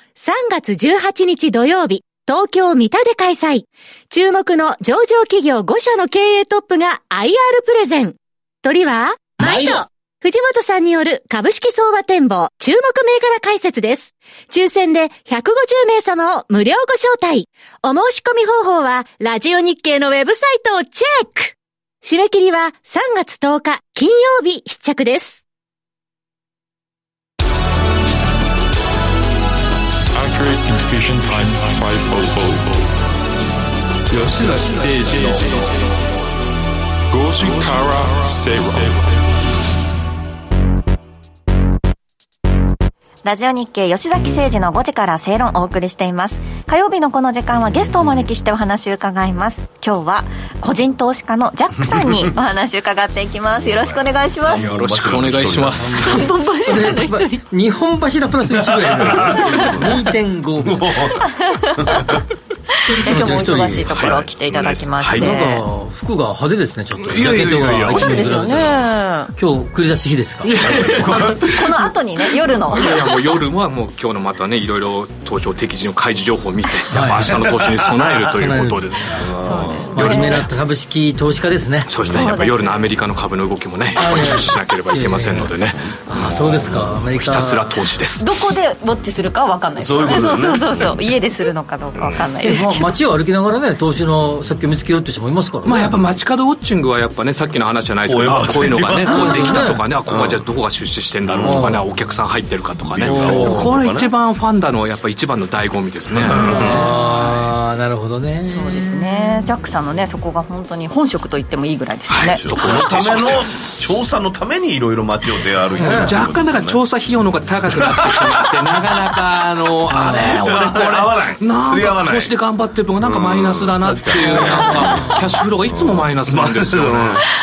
月18日土曜日東京三田で開催注目の上場企業5社の経営トップが IR プレゼン鳥は
毎度
藤本さんによる株式相場展望注目銘柄解説です。抽選で150名様を無料ご招待。お申し込み方法はラジオ日経のウェブサイトをチェック締め切りは3月10日金曜日必着です。
Accurate Communication Line 500
吉崎誠二の
5時から正論
ラジオ日経吉崎誠二の5時から正論をお送りしています。火曜日のこの時間はゲストをお招きしてお話を伺います。今日は個人投資家のジャックさん にお話を伺っていきます。よろしくお願いします。
よろしくお願いします
日本柱プラス1ぐらいで2.5分
え今日もお忙しいところ来ていただきまして。
なんか服が派手ですねちょっとジャケット
いやいや
が
いや
一
そう
面
ですよね。
今日繰り出し日ですか
この後にね、夜の。
いやいやもう夜はもう今日のまたねいろいろ東証敵陣の開示情報を見てやっぱ明日の投資に備えるということで
そうですね
真面目な株式投資家ですね
そしてやっぱ夜のアメリカの株の動きもねやっぱり注視しなければいけませんのでね
あそうですかアメリカ
ひたすら投資です
どこでウォッチするかは分かんないですからね。
そ
そ
ういう
う
ことだ
そう
ね
そうそう。家でするのかどうか分かんない
え
ですけ
ま
ど
あ。街を歩きながらね投資の先を見つけようって人もいますからね
まあやっぱ街角ウォッチングはやっぱねさっきの話じゃないですけど
おい
あこういうのがね
まあ
こうできたとかねあここはじゃあどこが出資してんだろうとかねお客さん入ってるかとかね
うん
これ一番ファンだのやっぱ一番の醍醐味ですね
ああなるほどね
そうですね。ジャックさんのね、そこが本当に本職と言ってもいいぐらいですよね。
そこのための調査のためにいろいろ街を出歩いてる
若干だから調査費用の方が高くなってしまってなかなかあのあれ俺これ
合わない釣り合
な
わ
ん
な
か
い
投資で頑張ってるのがなんかマイナスだなっていうなんかキャッシュフローがいつもマイナスなんですよね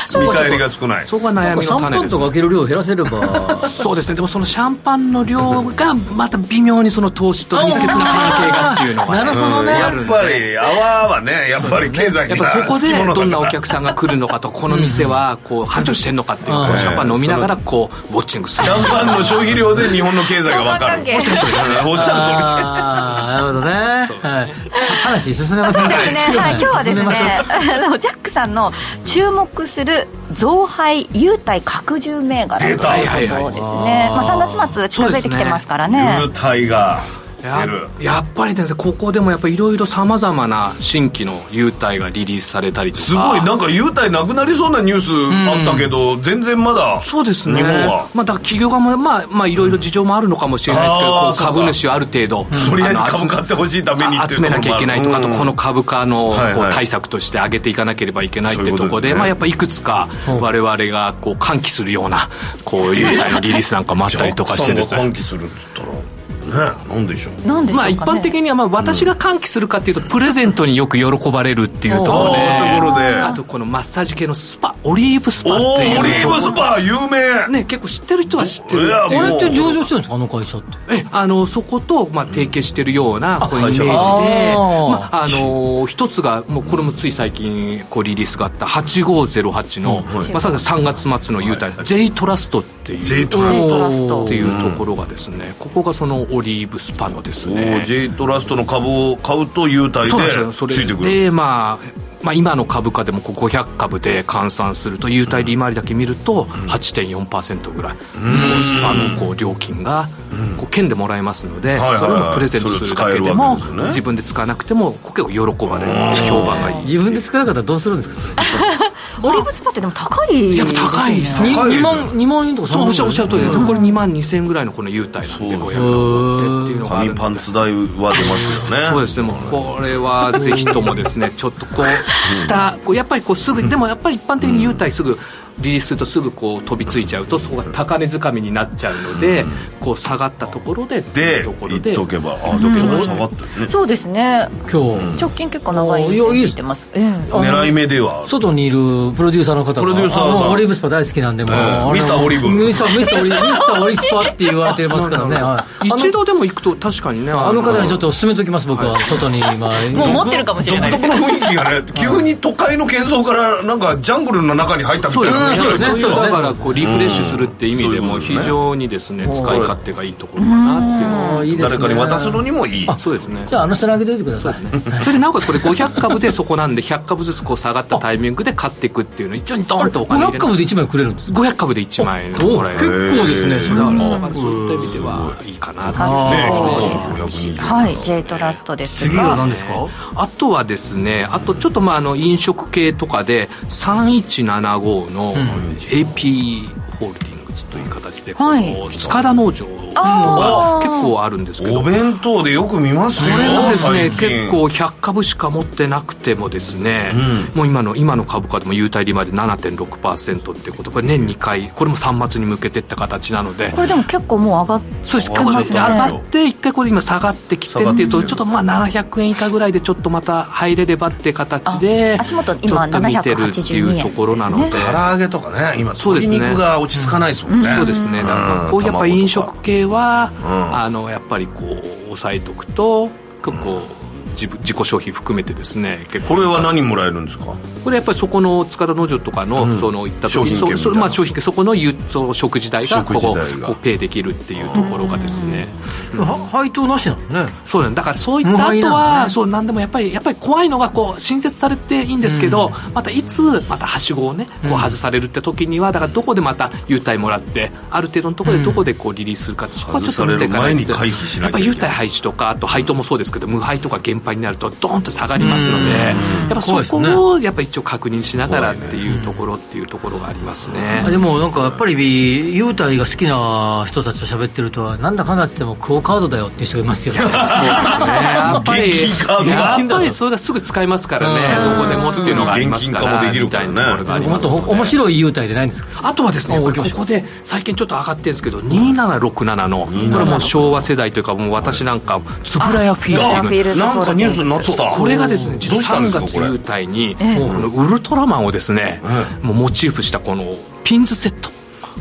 そこ
見
がちょっと
返りが少ない
そこが
な
悩
んか
みの
シャ
種
ンパ
です
ンとかける量を減らせれば
そうですねでもそのシャンパンの量がまた微妙にその投資と密接な関係がっていうのが、ね、
なるほどね
や
や
る
っ
ん
ぱぱり泡はねやっぱり経済
やっ
に
ぱそこ
つきも
で
のだか
ど
ら
んなお客さんが来るのかとこの店はこう繁盛してんのかっていうのを
うん
シャンパン飲みながらこうウォッチングする
シャンパンの消費量で日本の経済が分かるおっしゃる通りですおっしゃる通り
ああ、なるほどね。はい。話進めませ
そ
ん
う
ね
ですね、はい、今日はですね
進めましょう
あのジャックさんの注目する増配優待拡充銘柄という
出
こと
た
ですね、まあ、3月末近づいてきてますからね
優待が
ややっぱりねここでもやっぱいろいろさまざまな新規の優待がリリースされたりとか
すごいなんか優待なくなりそうなニュースあったけど、全然まだ
そうですね
日本は
まあ、だから企業側もまあまあいろいろ事情もあるのかもしれないですけど、
うんあー
こう
そうか
株主をある程度、
とりあえず
の
株買ってほしいためにっていう
集めなきゃいけないとかあと
うん
この株価の
はい
こ
は
う
い
対策として上げていかなければいけないっていうところ
そういうことです
で
ね
まあやっぱいくつか我々がこう歓喜するようなこういうのリリースなんかもあったりとかしてです
ジャッ
ね
クさんが歓喜するっつったらねなんでしょう
なんでしょう
ま
か
あ
ね
一般的にはまあ私が歓喜するかっていうとプレゼントによく喜ばれるっていうところで
おーところで
あとこのマッサージ系のスパオリーブスパ
お
っていう
ーオリーブスパ有名
ね結構知ってる人は知ってる
い
ってい
や
う
もうこれって上
場してるんですかあの会社って
えあのそこと、まあ、提携してるようなこういうイメージで、
会
ま
社が
ああの一つがもうこれもつい最近こうリリースがあった8508の、まあ、さ3月末の優待、J トラストっていう
J トラスト
っていうところがですね、ここがそのオリーブスパのです
お
ね
ー J トラストの株を買うと優待で
そうなんですよそ
ついてく
れ
る
で、まあ、まあ今の株価でもこう500株で換算すると優待利回りだけ見ると8.4%ぐらい、こうスパのこう料金がこう券でもらえますので、
はいはいはい
それをプレゼントするだけでも
それを使えるわけですよね
自分で使わなくてもこう結構喜ばれる評判がいい。
自分で使わなかったらどうするんですか
オリーブスパってでも高い
やっぱ高いです
に
高いです
2
よ
万2万円とか
そうおっしゃおっしゃる通りで、
うん
これ2万2000円ぐらいのこの優待なんで500株ってっていうのがある
紙パンツ代は出ますよね
そうですねもうこれはぜひともですねちょっとこう下こうやっぱりこうすぐでもやっぱり一般的に優待すぐリリースするとすぐこう飛びついちゃうとそこが高値掴みになっちゃうのでこう下がったところでってい
で
うところ
言っ
で
とけばあちょっと下がってるね
そうですね
今日
直近結構長い
いやい
で
いです
すますええ
あの
狙い目では
外にいるプロデューサーの方が
プロデューサーさん
あもうオリーブスパ大好きなんでもう
ええ
あの
ミスターオリーブ
ミスターミスターオリーブミスターオリスパって言われてますからねはい
一度でも行くと確かにね
あの方にちょっと勧めときます僕は外に今
もう持ってるかもしれないで
独
す
特の雰囲気がね急に都会の喧騒からなんかジャングルの中に入ったみた
そう
い
ですね
な
そうですね
そういう
だからこうリフレッシュするって意味でも非常にですね使い勝手がいいところかなっていうのは
あいいですね
誰かに渡すのにもいい
あそうですね
じゃああの人にあげておいてください
それでなおかつこれ500株でそこなんで100株ずつこう下がったタイミングで買っていくっていうのを一応にドーンとお金入れ
500株で1枚くれるんです
500株で1万円
おお結構ですねそれは
だからそういった意味ではいいかなと
感じ
ね
はい J トラストですが
ですか
あとはですねあとちょっとまああの飲食系とかで3175の AP ホールディングスという形でこ
はい
の塚田農場
あ
が結構あるんですけど
お弁当でよく見ます
そ
よ
れもですね
最近
結構100株しか持ってなくてもですね、もう今の今の株価でも優待利回り7.6%ってことこれ年2回これも3末に向けてった形なので
これでも結構もう上がっ
そうです
上がって
上がって一回これ今下がってきてっていうとちょっとまあ700円以下ぐらいでちょっとまた入れればって形で
足元
ちょ
今
っと見てるって
782円
いうところなので
唐揚げとかね今
そうで
鶏
すね
肉が落ち着かないですもんね
そうですねだからまあこうやっぱ飲食系は、
ん
あのやっぱりこう抑えとくと結構自分自己消費含めてですね結構
これは何もらえるんですか
これやっぱりそこの塚田農場とかの、その行った時に
商品券みたいな
そうそうまあ商品券そこのゆその食事代がこ
食事代
こ
が
こうペイできるっていうところがですね、
配当なしなのね
そうなんだからそういった
無敗
後
なのね
は、そうなんでもやっぱりやっぱり怖いのがこう新設されていいんですけど、またいつまたはしごをねこう外されるって時にはだからどこでまた優待もらってある程度のところでどこでこうリリースするかってそこはちょっと見ていかないと
外される前に回避し
や
な
っ
き
ぱ
ゃいけ
優
ない
待廃止とかあと配当もそうですけど無配とか減配になるとドーンと下がりますので、
うん
やっぱそこ
怖いですね
をやっぱ一応確認しながらっていうところっていうところがありますね。
あでもなんかやっぱり優待が好きな人たちと喋ってるとはなんだかんだって言ってもクオカードだよっていう人がいます よね
そうですねやっぱり
現金カード
やっぱりそれがすぐ使えますからねどこでもっていうのがありますから
すぐ現金化もできるからね
みたいなところがあり
も
ま
っ
す
とほ面白い優待でないんですか
あとはですね、やっぱりここで最近ちょっと上がってるんですけど、2767の、これもう昭和世代というか、もう私なんか、つぶらやフィールディング。
なんかニュースになってた
これがですね、実
どうした
は
んで
3
すか
月
これ
優待に、このウルトラマンをですね、もうモチーフしたこのピンズセット。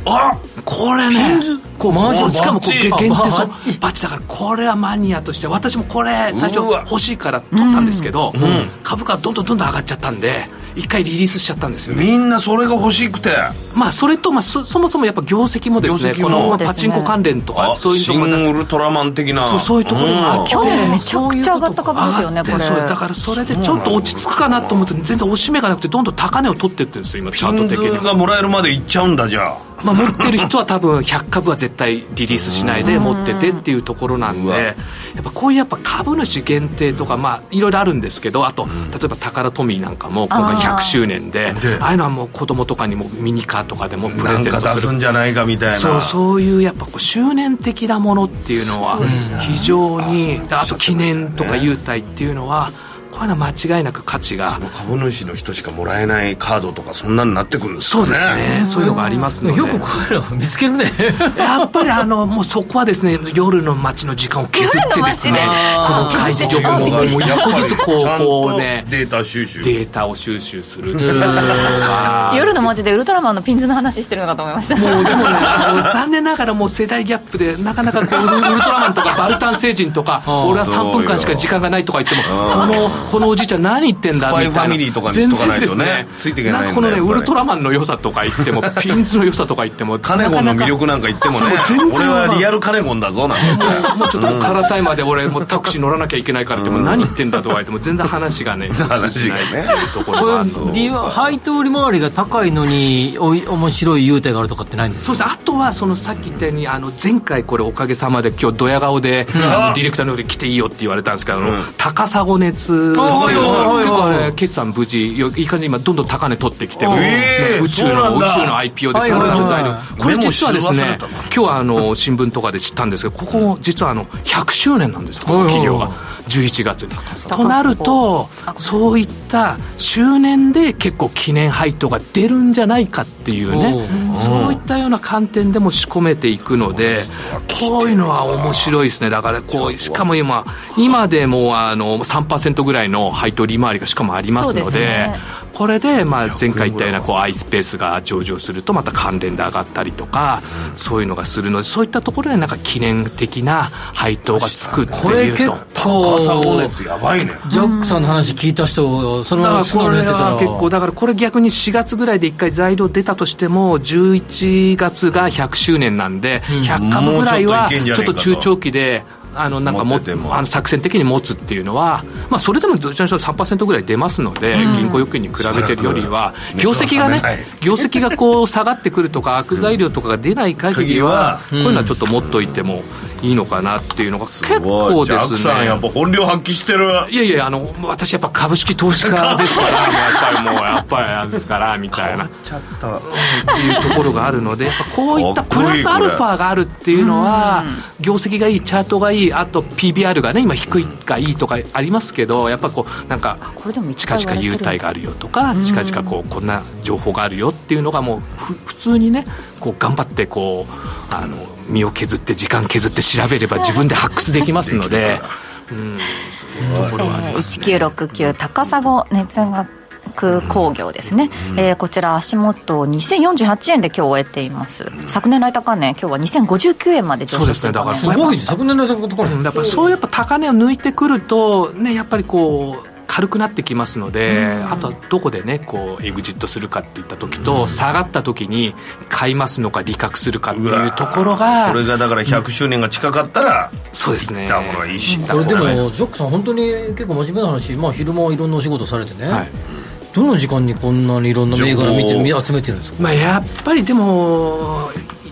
あこれねこう
マーチ
しかもこう限定
バッチ
そうバッチだからこれはマニアとして私もこれ最初欲しいから取ったんですけど、
うんうん
株価どんどんどんどん上がっちゃったんで一回リリースしちゃったんですよね
みんなそれが欲しくて
まあそれと、まあ、そそもそもやっぱ業績もですね
業績も
このまあ
そうですね
パチンコ関連とか
あ
そういうと
新
ころが
ウルトラマン的な
そうそういうところがあって
去年めちゃくちゃ上がった株ですよねこ
で
れ
そうだからそれでちょっと落ち着くかなと思って全然押し目がなくてどんどん高値を取ってってるんですよ今チャー
うん
ト
ピ
的
ンズ
に
がもらえるまでいっちゃうんだじゃあ
まあ、持ってる人は多分100株は絶対リリースしないで持っててっていうところなんでやっぱこういうやっぱ株主限定とかまあいろいろあるんですけどあと例えばタカラトミーなんかも今回
あー
100周年でああいうのはもう子供とかにもミニカーとかでもプレ
な
ゼ
ん
ント
か出
す
す
る
んじゃないかみたいな
そうそういうやっぱこう執念的なものっていうのは非常にであと記念とか優待っていうのはこういうのは間違いなく価値が
株主の人しかもらえないカードとかそんなになってくるんですかね
そうですねそういうのがありますのでよくこ
ういうの見つけるね
やっぱりあのもうそこはですね夜の街の時間を削ってですね
夜の街の
この開示情報ももう一個ずつこ
ちゃん
う
と
こうね
データ収集
データを収集する
夜の街でウルトラマンのピンズの話してるのかと思いました
もうでもね、あの残念ながらもう世代ギャップで、なかなかこうウルウルトラマンとかバルタン星人と か、
うん
俺は3分間しか時間がないとか言っても、この、このおじいちゃん何言ってんだみたいな。
スパイファミリーとかにしとかないとね
全然です
ついていけないんだ
ん
よ
かこのね、
やっぱ
ウ
り
ルトラマンの良さとか言って も、ピンズの良さとか言っても、カ
カネゴンの魅力なんか言ってもね俺はリアルカネゴンだぞなんて
もうちょっと空タイマーで俺もうタクシー乗らなきゃいけないからってもう何言ってんだとか言っても全然話 がね通じないっていうところがあるの
これ利は配当利回りが高いのにおい面白い優待があるとかってないんですか
そうですねあとはそのさっき言ったようにあの前回これおかげさまで今日ドヤ顔で、
うん
あのディレクターの方に来ていいよって言われたんですけど、あの高砂熱
高いよ
結構あれ決算無事よいい感じに今どんどん高値取ってきても、
えー
ね宇宙
そうなん
の宇
だ
宙の IPO で
はいはいは
300
い
の材料これ実はです
メ
ね
モし忘れた
今日はあの新聞とかで知ったんですけどここ実はあの100周年なんですよこの企業が11月にとなるとそういった周年で結構記念配当が出るんじゃないかっていうね
おう
そういったような観点でも仕込めていくのでこういうのは面白いですねだからこうしかも今今でもあの3%ぐらいの配当利回りがしかもありま
そ
すの
うです
で
ね
これでまあ前回言ったようなこう i スペースが上場するとまた関連で上がったりとかそういうのがするのでそういったところでなんか記念的な配当がつくって
これ
いう
結
と
構
やばいね
ジャックさんの話聞いた人その
だから
素
こ
直に
れ
やってた
は
ら
結構だからこれ逆に4月ぐらいで1回材料出たとしても11月が100周年なんで
うん
100株ぐらい
もう
は
ちょっといけんじ
ちょ
ゃねえ
っ
か
と
と
中長期で。あのなんかもあの作戦的に持つっていうのは、まあ、それでもどちらにしろ3%ぐらい出ますので、銀行預金に比べてるよりは
うん
業績が
熱は冷め
ね
ない
業績がこう下がってくるとか悪材料とかが出ない限りは、
うん
こういうのはちょっと持っといてもいいのかなっていうのが結
お
構
いジ
で
ャ
す
ッ
ね
クさんやっぱ本領発揮してる
いやいやあの私やっぱ株式投資家ですから やっぱりもうやっぱりなんですからみたいな
ちゃった
っていうところがあるのでやっぱこういったプラスアルファがあるっていうのは業績がいいチャートがいいあと PBR がね今低いかいいとかありますけどやっぱこうなんか近々優待があるよとか
うん
近々こうこんな情報があるよっていうのがもうふ普通にねこう頑張ってこうあの身を削って時間削って調べれば自分で発掘できますの で。うん、そういうところはあり
えー
ますね。
1969高砂熱学工業ですね、えーこちら足元2048円で今日終えています、昨年来高値今日は2059円まで上
そう
昇
で
し
す
て
ねだから
昨年のところ
やっぱそうやっぱ高値を抜いてくるとねやっぱりこう軽くなってきますので、あとはどこでねこうエグジットするかっていった時と、下がった時に買いますのか利確するかっていうところが
これがだから100周年が近かったら
そうですね
行ったものはいいし
これでもジョックさん本当に結構真面目な話、まあ、昼間いろんなお仕事されてね、どの時間にこんなにいろんな銘柄見て
情報
み集めてるんですか
まあ、やっぱりでも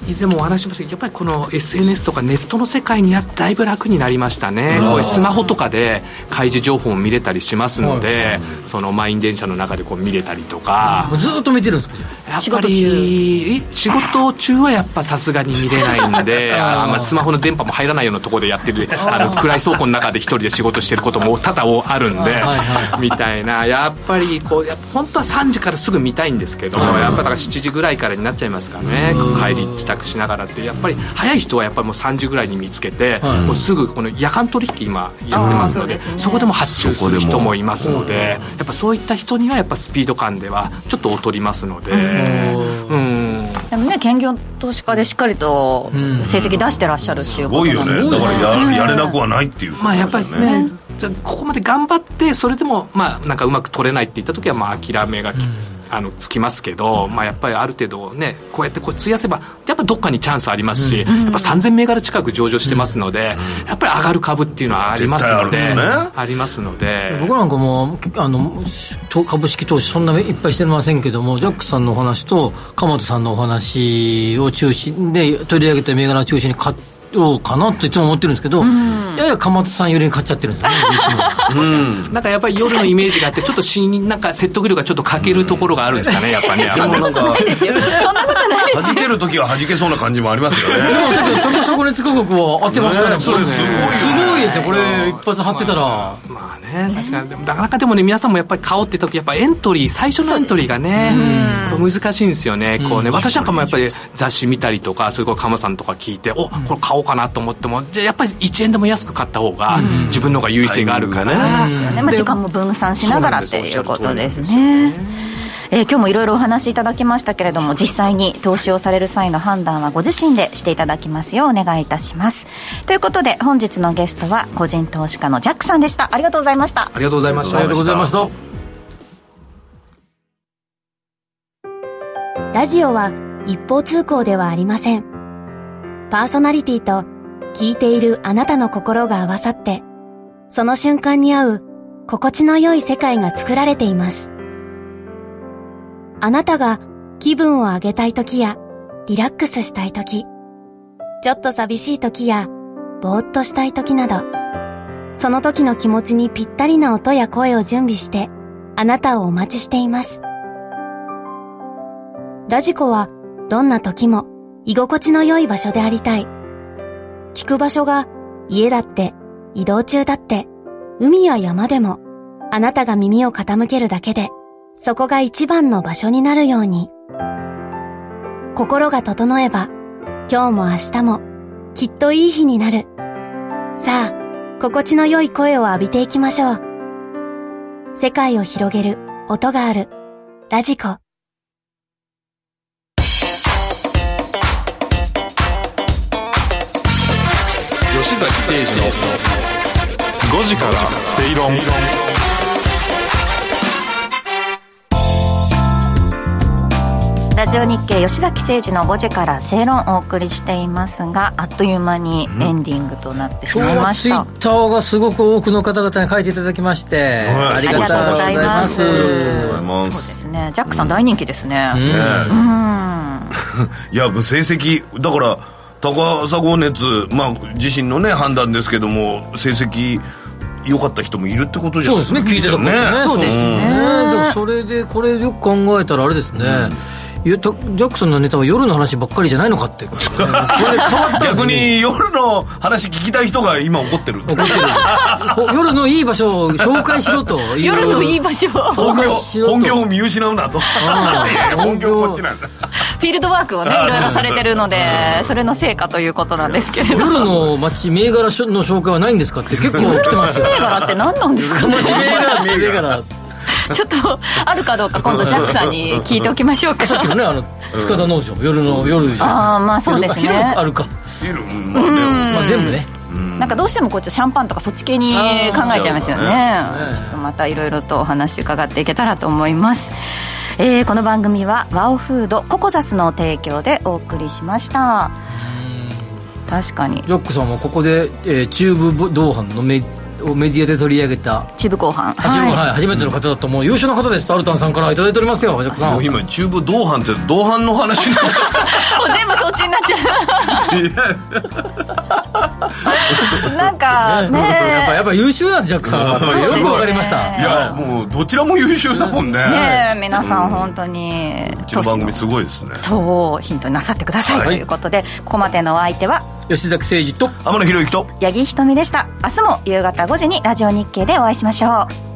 以前もお話ししましたけどやっぱりこの SNS とかネットの世界にはだいぶ楽になりましたね
うん
こういうスマホとかで開示情報も見れたりしますので、その満員電車の中でこう見れたりとか、
ずーっと見てるんですか
やっぱり仕事中はやっぱさすがに見れないんで
あー
あーまあスマホの電波も入らないようなところでやってるあの暗い倉庫の中で一人で仕事してることも多々あるんで
はいは
みたいなやっぱりこうやっぱ本当は3時からすぐ見たいんですけど
うん
やっぱだから7時ぐらいからになっちゃいますからね
うん
帰り支度しながらってやっぱり早い人はやっぱりもう3時ぐらいに見つけて
はい
もうすぐこの夜間取引今やってますのでそこでも発注する人もいますのでやっぱそういった人にはやっぱスピード感ではちょっと劣りますので。うん
でもね兼業投資家でしっかりと成績出してらっしゃるっていう
す
こと
ごい
な
よ
んで
ねだからや,、やれなくはないっていうこと
まあ
で
や
すよ
っぱりですねじゃあここまで頑張ってそれでもまあなんかうまく取れないって言った時はまあ諦めがきつ,、あのつきますけど、まあやっぱりある程度ねこうやってこう費やせばやっぱどっかにチャンスありますし、
うん
やっぱ3000銘柄近く上場してますので、やっぱり上がる株っていうのはありますので
絶対あるんですね
ありますので
僕なんかもあのと株式投資そんないっぱいしてませんけどもジャックさんのお話と鎌田さんのお話を中心で取り上げた銘柄を中心に買おうかなといつも思ってるんですけど、やや鎌田さん寄りに買っちゃってるんですよね
なんかやっぱり夜のイメージがあってちょっとしんなんか説得力がちょっと欠けるところがあるんですかねやっぱね
で もなんか
そんなことない
弾ける時は弾けそうな感じもありますよ
でもさっき
ね
の東京底熱価格は当てましたね
ねそうですね
すごいですねこれ一発張ってたら
まあね確かにでもなかなかでもね皆さんもやっぱり買おうって時やっぱエントリー最初のエントリーがねやっぱ難しいんですよねこうね私なんかもやっぱり雑誌見たりとかそれこそカムさんとか聞いておこれ買おうかなと思ってもじゃあやっぱり1円でも安く買った方が自分の方が優位性があるから
ねまあ、時間も分散しながらっていうことですね。えー今日もいろいろお話しいただきましたけれども実際に投資をされる際の判断はご自身でしていただきますようお願いいたしますということで本日のゲストは個人投資家のジャックさんでしたありがとうございました
ありがとうございました
ありがとうございました
ラジオは一方通行ではありません。パーソナリティと聞いているあなたの心が合わさって、その瞬間に合う心地の良い世界が作られています。あなたが気分を上げたい時やリラックスしたい時、ちょっと寂しい時やぼーっとしたい時など、その時の気持ちにぴったりな音や声を準備して、あなたをお待ちしています。ラジコはどんな時も居心地の良い場所でありたい。聞く場所が家だって移動中だって海や山でもあなたが耳を傾けるだけでそこが一番の場所になるように。心が整えば今日も明日もきっといい日になる。さあ、心地の良い声を浴びていきましょう。世界を広げる音がある。ラジコ。
吉崎誠二の
5時から正論
ラジオ日経吉崎誠二の5時から正論をお送りしていますがあっという間にエンディングとなってし
今
まい
日
ま
は
した、
ツイッターがすごく多くの方々に書いていただきまして、
はい
ありがとうございます
ありがと
うございます
ですねジャックさん大人気ですね、
ねえ
うん
いやもう成績だから高砂熱まあ自身のね判断ですけども成績良かった人もいるってことじゃな
そう
い
ですね聞いてたことねでもそれでこれよく考えたらあれですね、いやたジャックさんのネタは夜の話ばっかりじゃないのかっていう ことですねこれ変わったんですね
逆に夜の話聞きたい人が今怒ってる怒って
お夜のいい場所を紹介しろとい う
夜のいい
場所
本
紹介し
業
ろと
本業を見失うなとい やいや本業こっちなんだ
フィールドワークをね、い
あー
ろいろされてるので
そ、
それの成果ということなんですけれど
夜
も。
の街銘柄の紹介はないんですかって結構来 てますよ
夜の街銘柄って何なんですかね
夜の街銘柄
ちょっと、あるかどうか今度ジャックさんに聞いておきましょうか。
さっきのねあの塚田農場夜の夜じゃないですか
あーまあそうですね
昼あるか
昼
まあねうん
まあ全部ね
なんかどうしてもこうちょっとシャンパンとかそっち系に考えちゃいますよねちょっとまたいろいろとお話伺っていけたらと思います、えーこの番組はワオフードココザスの提供でお送りしました確かに
ジョックさんはここで、えー、中部同伴のメをメディアで取り上げた
中部後半
中部
はい
はい、初めての方だと思う優秀な方ですとアルタンさんから頂いいておりますよジョックさ
もうん今中部同伴って同伴の話になっちゃ
もう全部そっちになっちゃ
ういや
うなん かね
やっぱやっぱ優秀なんですジャックさん は
うん
よくわかりました
いやもうどちらも優秀だもんね
ねえ皆さん本当に
うちの番組すごいですね
そうヒントになさってください、
はい
ということでここまでのお相手は
吉崎誠二と
天野博之と
八木ひとみでした明日も夕方5時にラジオ日経でお会いしましょう